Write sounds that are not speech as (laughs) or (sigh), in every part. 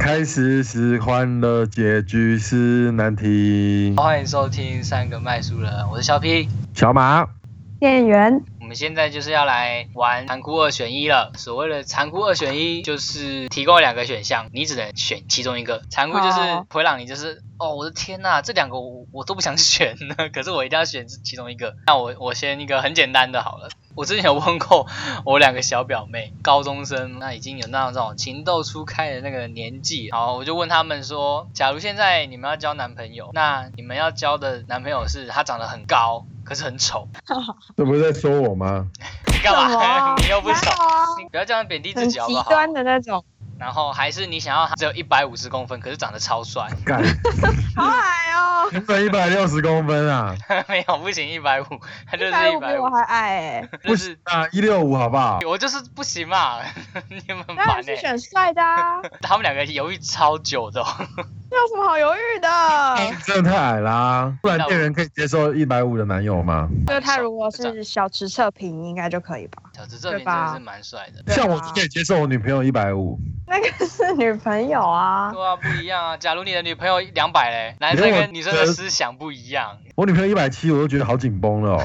开始时欢乐，结局是难题。欢迎收听三个麦书人，我是小 P。小马，店员，我们现在就是要来玩残酷二选一了。所谓的残酷二选一，就是提供两个选项，你只能选其中一个。残酷就是哦会让你就是，哦，我的天呐，这两个我我都不想选呢， (laughs) 可是我一定要选其中一个。那我我先一个很简单的好了。我之前有问过 (laughs) 我两个小表妹，高中生，那已经有那种情窦初开的那个年纪，然后我就问他们说，假如现在你们要交男朋友，那你们要交的男朋友是他长得很高，可是很丑，这不是在说我吗？你干什么嘛啊？ (laughs) 你又不哪丑有啊，你不要这样贬低自很己好极不好？端的那种。然后还是你想要他只有一百五十公分，可是长得超帅， (laughs) 干，好矮哦，原本一百六十公分 (laughs) 啊，没有不行，一百五， (laughs) 他就是一一百五比百我五，还矮 (laughs) 哎。就是啊，一六五好不好？我就是不行嘛， (laughs) 你们当然烦是欸。选帅 (laughs) 的啊，他们两个犹豫超久的哦、 (laughs) 这有什么好犹豫的？真的太矮啦，不然店员可以接受一百五的男友吗？就是他如果是小池测评，应该就可以吧？小子这边真对吧的是蛮帅的。对啊像我就可以接受我女朋友一百五，那个是女朋友啊，对啊，不一样啊！假如你的女朋友两百嘞，男生跟女生的思想不一样。我女朋友一百七，我都觉得好紧绷了哦。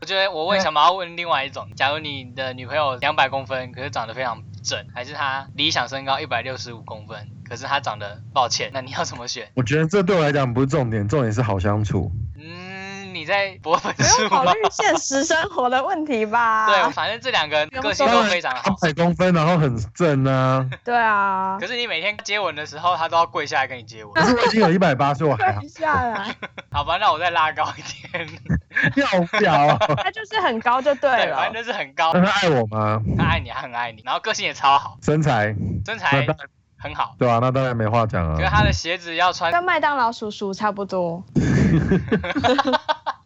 我觉得我问想马要问另外一种，假如你的女朋友两百公分，可是长得非常正，还是她理想身高一百六十五公分，可是她长得抱歉，那你要怎么选？我觉得这对我来讲不是重点，重点是好相处。嗯，你在博分不数用考吗虑？啊现实生活的问题吧？对，反正这两个人个性都非常一好。百公分，然后很正啊。对啊可，是你每天接吻的时候，他都要跪下来跟你 (laughs) 接吻可。是我已经有一百八，所以我还好退啊下来，好吧，那我再拉高一 (laughs) 点。你好无聊哦。他就是很高就对啊对，了反正。就是很高那，他爱我吗？他爱你，他很爱你，然后个性也超好，身材？身那材当然，很好。对啊，那当然没话 (laughs) 讲可是啊。他的鞋子要穿，跟麦当劳叔叔差不多，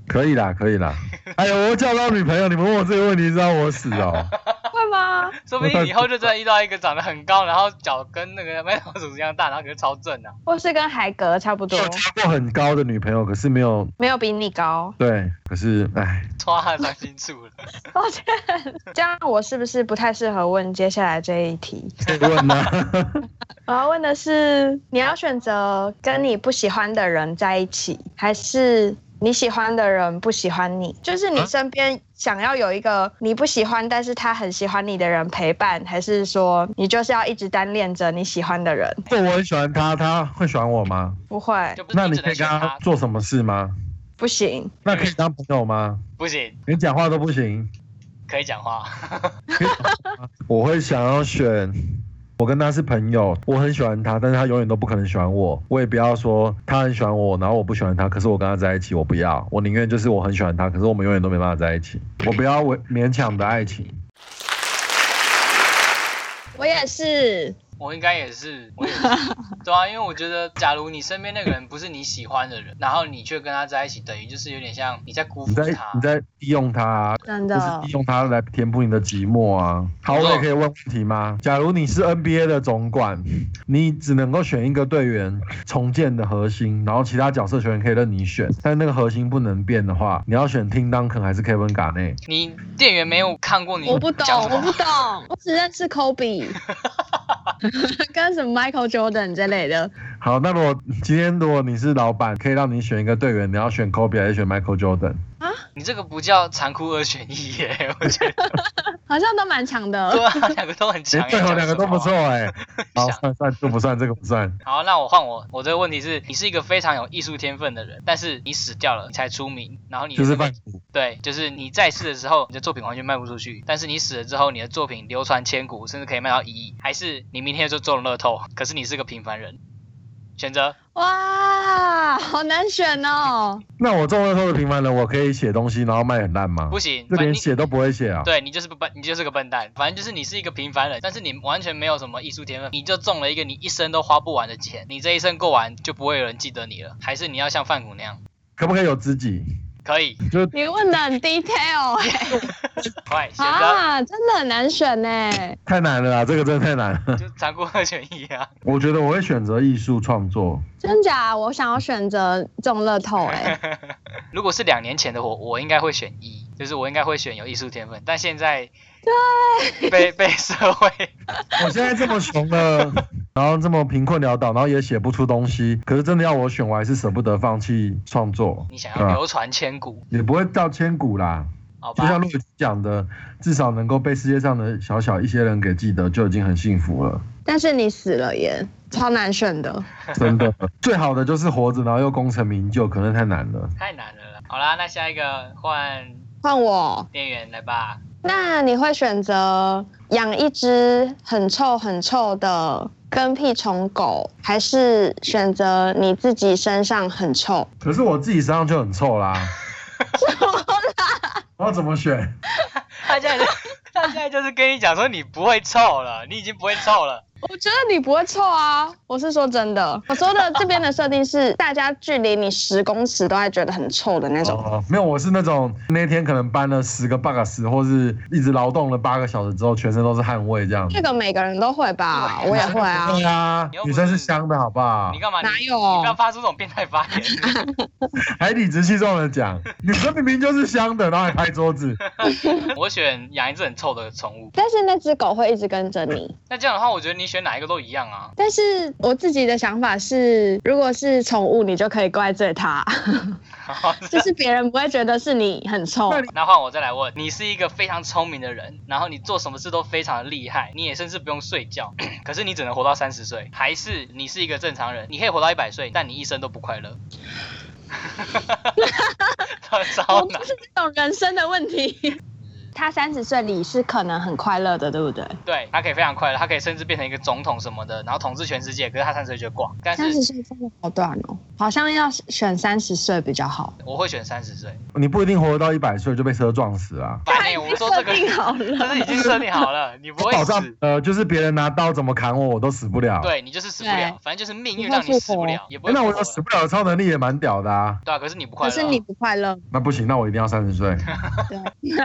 可以啦，可以 (laughs) 啦。哎呦，我交到女朋友，你们问我这个问题是让我死 (laughs) 哦。会吗？说不定以后就真的遇到一个长得很高，然后脚跟那个麦当劳鼠一样大，然后可是超正啊。或是跟海格差不我多有，交过很高的女朋友，可是没有没有比你高。对，可是 (laughs) 哎，戳他的伤心处了。抱歉， (laughs) 这样我是不是不太适合问接下来这一题？谁问呢？ (laughs) 我要问的是，你要选择跟你不喜欢的人在一起，还是你喜欢的人不喜欢你？就是你啊身边想要有一个你不喜欢，但是他很喜欢你的人陪伴，还是说你就是要一直单恋着你喜欢的人？如果我很喜欢他，他会喜欢我吗？不会，就不那是你只可能以跟选他他，做什么事吗？不行，那可以当朋友吗？不行，连讲话都不行。可以讲话。 (laughs) 我会想要选，我跟他是朋友，我很喜欢他，但是他永远都不可能喜欢我。我也不要说他很喜欢我，然后我不喜欢他，可是我跟他在一起，我不要，我宁愿就是我很喜欢他，可是我们永远都没办法在一起。我不要我勉强的爱情。我也是。我应该也是，我也是，对啊，因为我觉得，假如你身边那个人不是你喜欢的人，然后你却跟他在一起，等于就是有点像你在辜负你在他你。在利用他、啊。真就的是利，用他来填补你的寂寞啊。好，我也可以问问题吗？假如你是 NBA 的总管，你只能够选一个队员重建的核心，然后其他角色球员可以任你选，但那个核心不能变的话，你要选 Tim Duncan 还是 Kevin g a r n e t 你店员没有看过你，我不懂讲什，么我不懂，我只认识 Kobe，跟什么 Michael Jordan 之类的。好，那如果今天如果你是老板，可以让你选一个队员，你要选 Kobe 还是选 Michael Jordan？你这个不叫残酷二选一耶，(laughs) 我觉得，好像都蛮强的。对啊，两个都很强哎，耶，最后讲两个都什么不啊错。哎、好，算想算这不算，这个不算。好，那我换我，我这个问题是，你是一个非常有艺术天分的人，但是你死掉了你才出名，然后你的就是那个范谷，对，就是你在世的时候，你的作品完全卖不出去，但是你死了之后，你的作品流传千古，甚至可以卖到一亿，还是你明天就中了乐透， (laughs) 可是你是个平凡人。选择哇，好难选哦！那我中了透的平凡人，我可以写东西然后卖很烂吗？不行，这反连你写都不会写啊？对你就是不笨，你就是个笨蛋。反正就是你是一个平凡人，但是你完全没有什么艺术天分，你就中了一个你一生都花不完的钱，你这一生过完就不会有人记得你了。还是你要像范谷那样，可不可以有知己？可以，就是你问的很 detail 哎、快选择，啊，真的很难选哎、太难了啦，这个真的太难了。就残酷二选一啊。 (laughs) (laughs) 我觉得我会选择艺术创 (laughs) 作，真假？我想要选择中乐 (laughs) 透哎、如果是两年前的我，我应该会选一，就是我应该会选有艺术天分，但现在对被被社会 (laughs) 我现在这么穷了，然后这么贫困潦倒，然后也写不出东西。可是真的要我选，我还是舍不得放弃创作，你想要流传千古，也不会到千古啦。好啊就像吧？陆羽讲的，至少能够被世界上的小小一些人给记得，就已经很幸福 (laughs) 了。但是你死了耶，超难选的。真的，最好的就是活着，然后又功成名就，可能太难了。太难了啦。好啦，那下一个换换我，店员来吧。那你会选择养一只很臭很臭的跟屁虫狗，还是选择你自己身上很臭？可是我自己身上就很臭 (laughs) 啦，什么 (laughs) 我要怎么选？ (laughs) 他现在就他现在就是跟你讲说你不会臭了，你已经不会臭了。我觉得你不会臭啊，我是说真的。我说的这边的设定是，大家距离你十公尺都还觉得很臭的那种。哦，没有，我是那种那天可能搬了十个 bug 时，或是一直劳动了八个小时之后，全身都是汗味这样子这。个每个人都会吧，我也 (laughs) 会啊。对啊你又，不女是生是香的好不好你？干嘛？你哪有你不要发出这种变态发言。 (laughs) 还理直气壮的讲，女生明明就是香的，然后还拍桌子。我选养一只很臭的宠物。但是那只狗会一直跟着你。那这样的话，我觉得你选哪一个都一样啊。 (laughs) 但是我自己的想法是，如果是宠物，你就可以怪罪它， (laughs) 就是别人不会觉得是你很臭那。你那换我再来问，你是一个非常聪明的人，然后你做什么事都非常的厉害，你也甚至不用睡觉， (coughs) 可是你只能活到三十岁，还是你是一个正常人，你可以活到一百岁，但你一生都不快 (laughs) 乐？超我难不，是这种人生的问题。他三十岁里是可能很快乐的，对不对？对他可以非常快乐，他可以甚至变成一个总统什么的，然后统治全世界，可是他三十岁就挂。但三十是岁真的好短哦，好像要选三十岁比较好。我会选三十岁，你不一定活到一百岁就被车撞死啊。反正 (laughs) 我们说这个设定好但了，是已经设定好了，你不会保 (laughs) 障死。呃，就是别人拿刀怎么砍我，我都死不了。对你就是死不对了，反正就是命运不会让你复死不活了，也不诶，会哎那我复活有死了不了的超能力也蛮屌的啊。对啊，可是你不快可乐啊。是你不快乐，那不行，那我一定要三十 (laughs) 岁。对。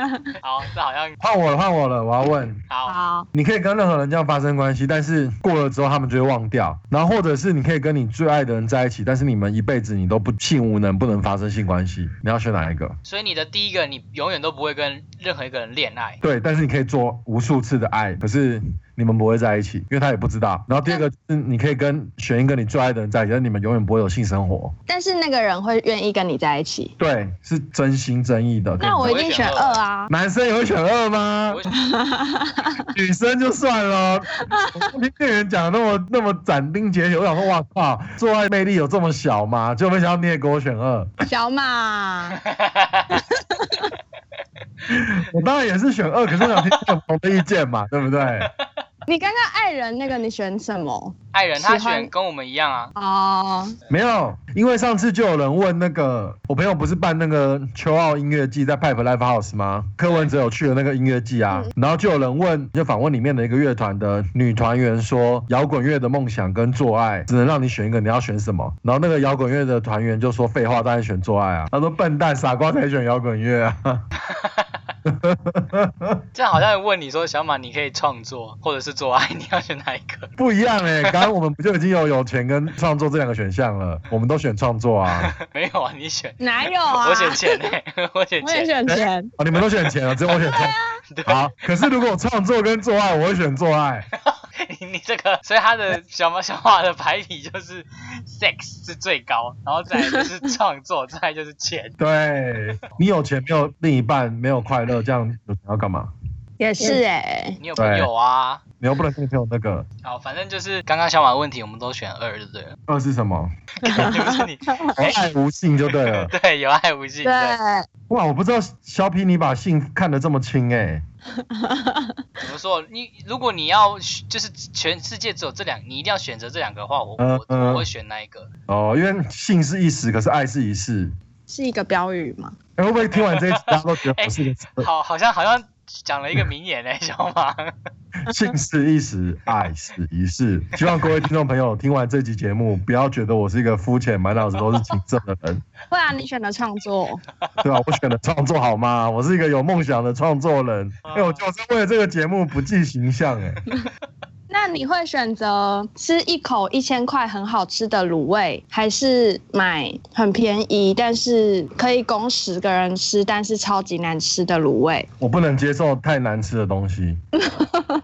好，这好像换我了，换我了，我要问，好，好，你可以跟任何人这样发生关系，但是过了之后他们就会忘掉。然后或者是你可以跟你最爱的人在一起，但是你们一辈子你都不性无能，不能发生性关系。你要选哪一个？所以你的第一个，你永远都不会跟任何一个人恋爱。对，但是你可以做无数次的爱，可是你们不会在一起，因为他也不知道。然后第二个就是你可以跟选一个你最爱的人在一起，但你们永远不会有性生活。但是那个人会愿意跟你在一起，对，是真心真意的。那我一我定会选选二二啊。男生也会选二吗嗯我？会女生就算了，我听店员讲得那么那么斩钉截铁，我想说，哇靠，做爱魅力有这么小吗？就没想到你也给我选二，(laughs) 小马，我当然也是选二，可是我想听不同的意见嘛，对不对？你刚刚爱人那个你选什么？爱人他喜欢选跟我们一样啊，哦，没有，因为上次就有人问那个，我朋友不是办那个秋奥音乐季在 Pipe Live House 吗？柯文哲有去了那个音乐季啊，然后就有人问，就访问里面的一个乐团的女团员说，摇滚乐的梦想跟做爱只能让你选一个，你要选什么？然后那个摇滚乐的团员就说，废话，当然选做爱啊。他说笨蛋，傻瓜才选摇滚乐啊。 (laughs) 这样好像问你说，小马你可以创作或者是做爱，你要选哪一个？ (laughs) 不一样哎、刚刚我们不就已经有有钱跟创作这两个选项了，我们都选创作啊。 (laughs) 没有啊，你选，哪有啊？我选钱欸 (laughs) 我选我也钱，选钱。哦，你们都选钱了，只有我选创。啊好，可是如果我创作跟做爱，我会选做爱。 (laughs) 你你这个，所以他的小马小马的排比就是 sex 是最高，然后再来就是创作，再来就是钱。对你有钱没有另一半，没有快乐，这样有钱要干嘛？也是哎、你有朋友啊？你又不能跟你朋友那个好，反正就是刚刚小马的问题，我们都选二，对不对 (laughs) 了？二呃是什么？就是 (laughs) 你爱无性就对了。 (laughs) 对有爱无尽，对，对，哇，我不知道肖皮你把性看得这么轻哎、怎么说？你如果你要就是全世界只有这两，你一定要选择这两个的话，我嗯我嗯我会选那一个。哦，因为性是一时，可是爱是一世。是一个标语嘛。哎、会不会听完这一集大家都觉得我是个哎好，好像好像讲了一个名言哎嘞，小马。性是一时，爱是一世？希望各位听众朋友听完这集节目，不要觉得我是一个肤浅、满脑子都是情色的人。不然啊你选的创作，对啊吧？我选了创作好吗？我是一个有梦想的创作人，因为我就是为了这个节目不计形象哎、那你会选择吃一口一千块很好吃的卤味，还是买很便宜但是可以供十个人吃，但是超级难吃的卤味？我不能接受太难吃的东西， (laughs)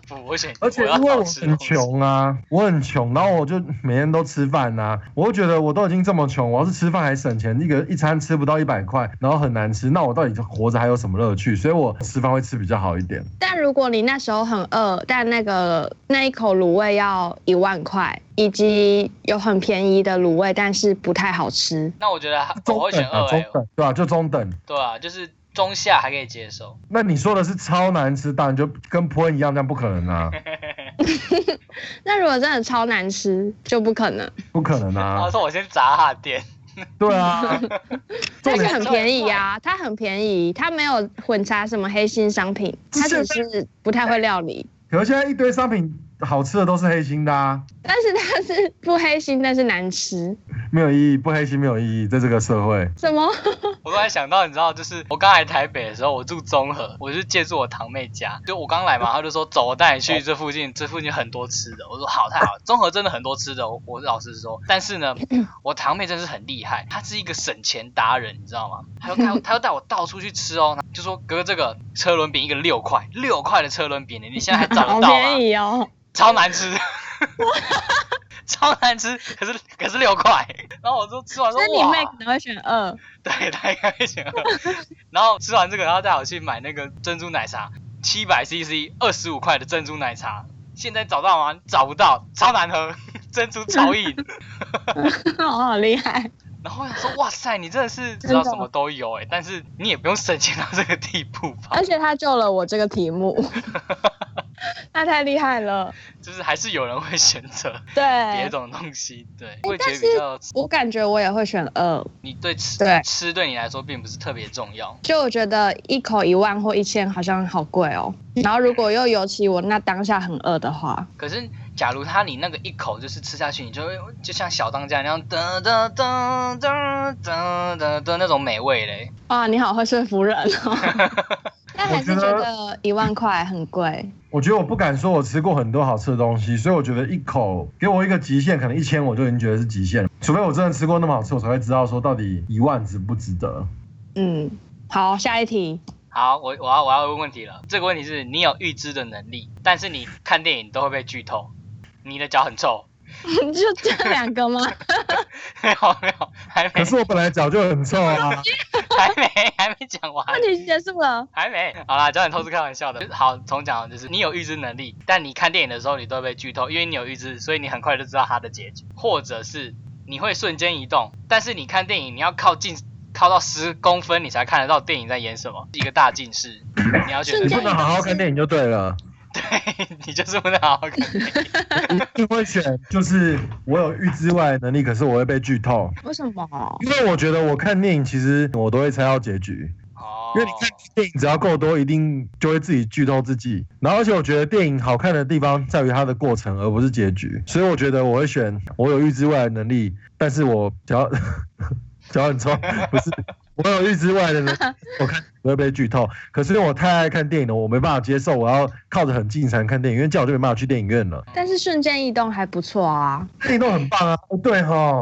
不，我选，而且我要因为好我吃很东西，穷啊，我很穷，然后我就每天都吃饭呐、我就觉得我都已经这么穷，我要是吃饭还省钱，一个一餐吃不到一百块，然后很难吃，那我到底活着还有什么乐趣？所以我吃饭会吃比较好一点。但如果你那时候很饿，但那个那一口卤味要一万块，以及有很便宜的卤味，但是不太好吃。那我觉得还我中会等选二啊，中 A，等，对吧、就中等。对啊，就是中下还可以接受。那你说的是超难吃，当然就跟坡恩一样，这样不可能 (laughs) 啊，那如果真的超难吃，就不可能。不可能然啊后，说我先砸他的店，对啊，但是很便宜啊，它很便宜，它没有混杂什么黑心商品，它只是不太会料理。可是现在一堆商品好吃的都是黑心的啊，但是它是不黑心，但是难吃。没有意义，不黑心没有意义，在这个社会。什么？我突然想到，你知道，就是我刚来台北的时候，我住中和，我就借住我堂妹家，就我刚来嘛，她就说走，我带你去这附近，这附近很多吃的。我说好，太好了，中和真的很多吃的，我我老实说。但是呢，我堂妹真是很厉害，她是一个省钱达人，你知道吗？她就带我她就带我到处去吃哦，就说哥哥这个车轮饼一个六块，六块的车轮饼，你现在还找好得到啊便吗？宜哦！超难吃。 (laughs) 超难吃，可是可是六块，然后我就吃完说那你哇，妹可能会选 (laughs) 二。 (laughs) 对，大概一千二。 (laughs) 然后吃完这个，然后带我去买那个珍珠奶茶，七百 CC 二十五块的珍珠奶茶，现在找到吗？找不到，超难喝， (laughs) 珍珠超硬。 (laughs) 好哦好厉害！然后我想说，哇塞，你真的是知真道的什么都有哎、但是你也不用省钱到这个地步吧而？且他救了我这个题目， (laughs) 那太厉害了。就是还是有人会选择别对，种东西，哎对，会觉得比较。我感觉我也会选二，你对吃对吃对你来说并不是特别重要，就我觉得一口一万或一千好像好贵哦。然后如果又尤其我那当下很饿的话，可是，假如他你那个一口就是吃下去，你就会就像小当家那样噔噔噔噔噔噔噔那种美味嘞。哇，啊你好会说服人 (laughs) 哦。但还是我觉觉得得一万块很贵。我觉得我不敢说我吃过很多好吃的东西，所以我觉得一口给我一个极限，可能一千我就已经觉得是极限了。除非我真的吃过那么好吃，我才会知道说到底一万值不值得。嗯，好，下一题。好，我我要我要问问题了。这个问题是你有预知的能力，但是你看电影都会被剧透。你的脚很臭， (laughs) (laughs) 就这两个吗？没有没有，还没可是我本来脚就很臭啊，还没还没讲完，问题啊结束了。还没。好啦，脚很臭是开玩笑的。好，重讲就是你有预知能力，但你看电影的时候你都会被剧透，因为你有预知，所以你很快就知道它的结局，或者是你会瞬间移动，但是你看电影你要靠近。靠到十公分，你才看得到电影在演什么，一个大近视。你要选你择不瞬能间好好看电影就对了。 (laughs) 对，你就是不能好好看 (laughs) 电影。一定会选就是我有预知未来的能力，可是我会被剧透，为什么？因为我觉得我看电影其实我都会猜到结局。哦，因为你看电影只要够多，一定就会自己剧透自己。然后，而且我觉得电影好看的地方在于它的过程，而不是结局。所以我觉得我会选我有预知未来的能力，但是我脚脚很臭，不是我有预知未来的能力，我看不会被剧透。可是因为我太爱看电影了，我没办法接受，我要靠着很近才能看电影，因为这样我就没办法去电影院 (laughs) 了。但是瞬间移动还不错啊。电影都很棒啊，哦对哈。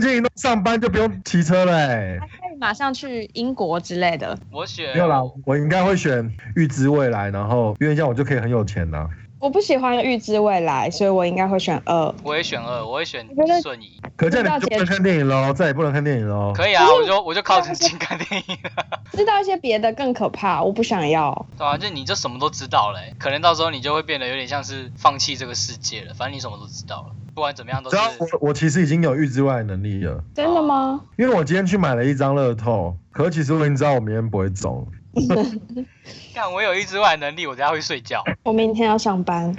电影都上班就不用骑车了、欸。还可以马上去英国之类的。我选没有啦，我应该会选预知未来，然后因为这样我就可以很有钱啦。我不喜欢预知未来，所以我应该会选二。我也选二，我会选我觉得瞬移。可是这样你就不能看电影喽，再也不能看电影喽。可以啊，我就我就靠着近看电影了，知道一些别的更可怕，我不想要。对啊，就你就什么都知道了欸、可能到时候你就会变得有点像是放弃这个世界了，反正你什么都知道了，不管怎么样都只是要我我其实已经有预知未来的能力了，真的吗？因为我今天去买了一张乐透，可是其实我已经知道我明天不会中。看我有预知外能力，我等下会睡觉。我明天要上班。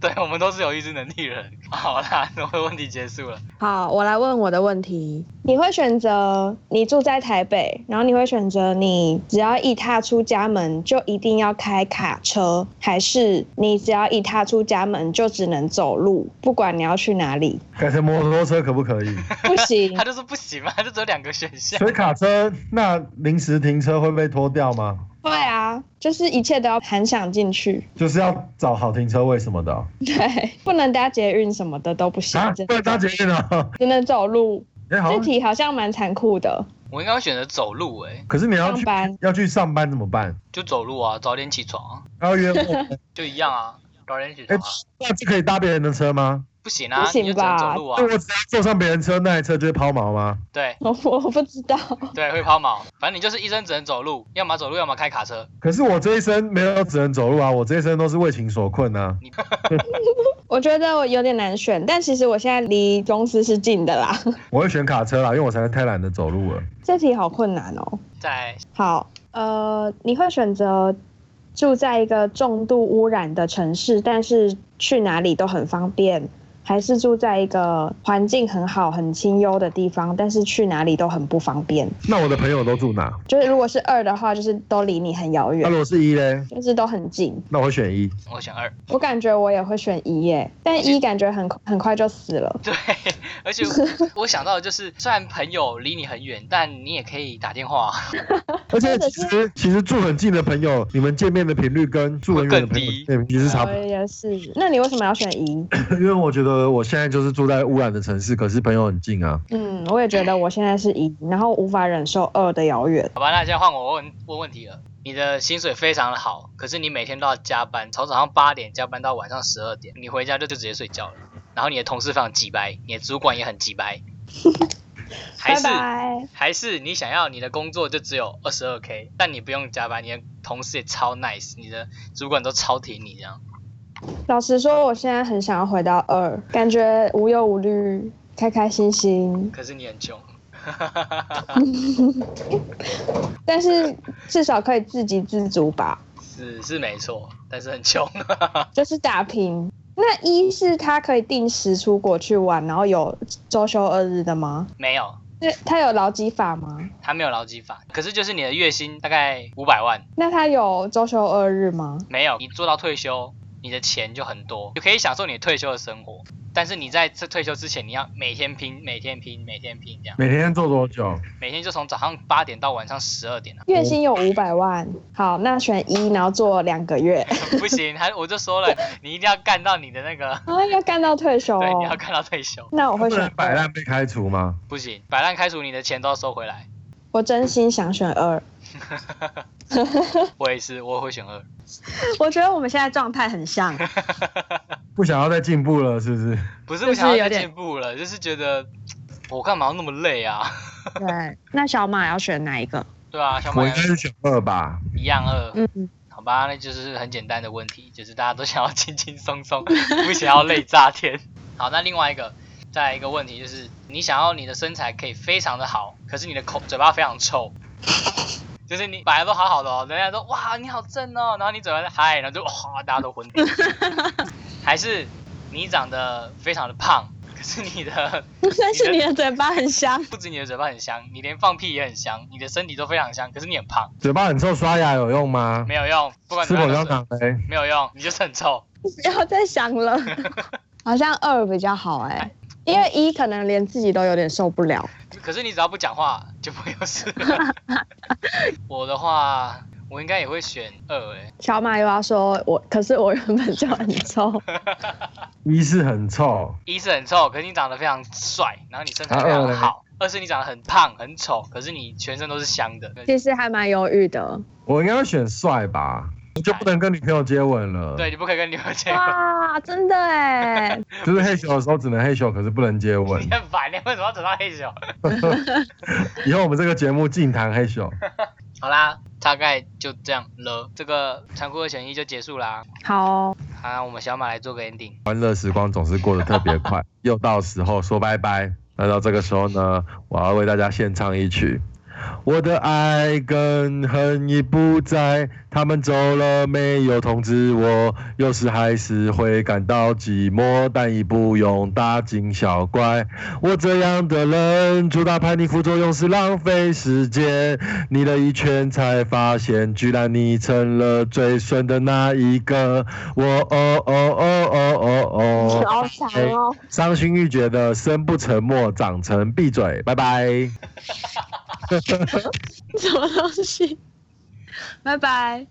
对，我们都是有预知能力的人。好啦，那我的问题结束了。好，我来问我的问题。你会选择你住在台北，然后你会选择你只要一踏出家门就一定要开卡车，还是你只要一踏出家门就只能走路，不管你要去哪 (laughs) 里？改成摩托车可不可 (laughs) 以？不行他，就是不行嘛，就只有两个选项。所以卡车那临时停车会被拖掉吗？会啊，就是一切都要含想进去，就是要找好停车位什么的哦对，不能搭捷运什么的都不行啊，，真对，搭的捷运啊， (laughs) 只能走路。哎、好这像，题好像蛮残酷的，我应该会选择走路、欸，诶，可是你要上去班 (laughs) 要去上班怎么办？就走路啊，早点起床啊要约 (laughs) 我？就一样啊，早点起哎、床啊，那这可以搭别人的车吗？不行啊，不行你就只能走吧路啊那、，我只要坐上别人车，那台车就会抛锚吗？对我我不知道，对，会抛锚，反正你就是一生只能走路，要么走路，要么开卡车，可是我这一生没有只能走路啊，我这一生都是为情所困啊。 (laughs) 我觉得我有点难选，但其实我现在离公司是近的啦。 (laughs) 我会选卡车啦，因为我实在太懒得走路了。这题好困难哦。在好，呃，你会选择住在一个重度污染的城市，但是去哪里都很方便，还是住在一个环境很好、很清幽的地方，但是去哪里都很不方便？那我的朋友都住哪？就是如果是二的话，就是都离你很遥那如远。果是一嘞，就是都很近，那我会选一。我选二，我感觉我也会选一耶，但一感觉很很快就死了。对，而 (laughs) 且我想到的就是，虽然朋友离你很远，但你也可以打电话 (laughs) 啊，而且或者其实其实住很近的朋友，你们见面的频率跟住很远的朋友会见面其实差不我多。也是，那你为什么要选一？ (laughs) 因为我觉得我现在就是住在污染的城市，可是朋友很近啊。嗯，我也觉得我现在是一，然后无法忍受二的遥远。好吧，那现在换我问问问题了。你的薪水非常的好，可是你每天都要加班，从早上八点加班到晚上十二点，你回家就就直接睡觉了。然后你的同事非常鸡掰，你的主管也很鸡 (laughs) 掰，还拜是拜。还是你想要你的工作就只有二十二 k，但你不用加班，你的同事也超 nice，你的主管都超挺你这样。老实说，我现在很想要回到二，感觉无忧无虑，开开心心。可是你很穷，但是至少可以自给自足吧，是是没错，但是很穷。 (laughs) 就是打拼。那一是他可以定时出国去玩，然后有周休二日的吗？没有，那他有劳基法吗？他没有劳基法，可是就是你的月薪大概五百万，那他有周休二日吗？没有，你做到退休，你的钱就很多，就可以享受你退休的生活。但是你在这退休之前，你要每天拼，每天拼，每天拼，这样每天做多久？每天就从早上八点到晚上十二点啊， (laughs) 月薪有哦五百万，好，那选一，然后做两 (laughs) 个月，不行，还我就说了，你一定要干到你的那个，啊，要干到退休、对，你要哦。干到退休，那我会不选能摆二烂被开除吗？不行，摆烂开除，你的钱都要收回来。我真心想选二。我也是，我也会选二，我觉得我们现在状态 (laughs) 很像，不想要再进步了，是不是？不是就不是想要有再点进步了，就是觉得我干嘛要那么累啊？对，那小马要选哪一个？对啊，小我马应该是选二吧。一样二，嗯，好吧，那就是很简单的问题，就是大家都想要轻轻松松，不想要累炸天。 (laughs) 好，那另外一个，再来一个问题就是，你想要你的身材可以非常的好，可是你的口嘴巴非常臭，就是你本来都好好的哦，人家说哇你好正哦，然后你嘴巴在嗨，然后就哇大家都昏掉。还是你长得非常的胖，可是你的，但是你的嘴巴很香 (laughs) 不止你的嘴巴很香，你连放屁也很香，你的身体都非常香，可是你很胖，嘴巴很臭，刷牙有用吗？没有用，不管吃怎么口样香哎都是糖嘞？没有用，你就是很臭。不要再想 (laughs) 了。好像二比较好哎、因为一可能连自己都有点受不了。可是你只要不讲话，就不会有事了。 (laughs) 我的话，我应该也会选二哎、小马又要说我，可是我原本就 (laughs) 很臭，一是很臭，一是很臭，可是你长得非常帅，然后你身材啊非常二嘞好；二是你长得很胖很丑，可是你全身都是香的。 (laughs) 嗯其实还蛮犹豫的。我应该会选帅吧。就不能跟女朋友接吻了， (laughs) 对，，你不可以跟女朋友结婚， (laughs) 哇，真的哎、就是嘿咻的时候只能嘿咻，可是不能接吻你。很烦，你为什么要走到黑手？以后我们这个节目禁谈嘿咻。好啦，大概就这样了，这个残酷二选一就结束啦。好哦、好、啊，我们小马来做个 ending。欢乐时光总是过得特别快，又到时候说拜拜。那到这个时候呢，我要为大家献唱一曲。我的爱跟恨已不在，他们走了没有通知我，有时还是会感到寂寞，但已不用大惊小怪。我这样的人，主打叛逆副作用是浪费时间。你了一圈才发现，居然你成了最顺的那一个。我哦哦哦哦哦哦，好强哦，伤心欲绝的生不沉默，长成闭嘴，拜拜。什么东西？拜拜。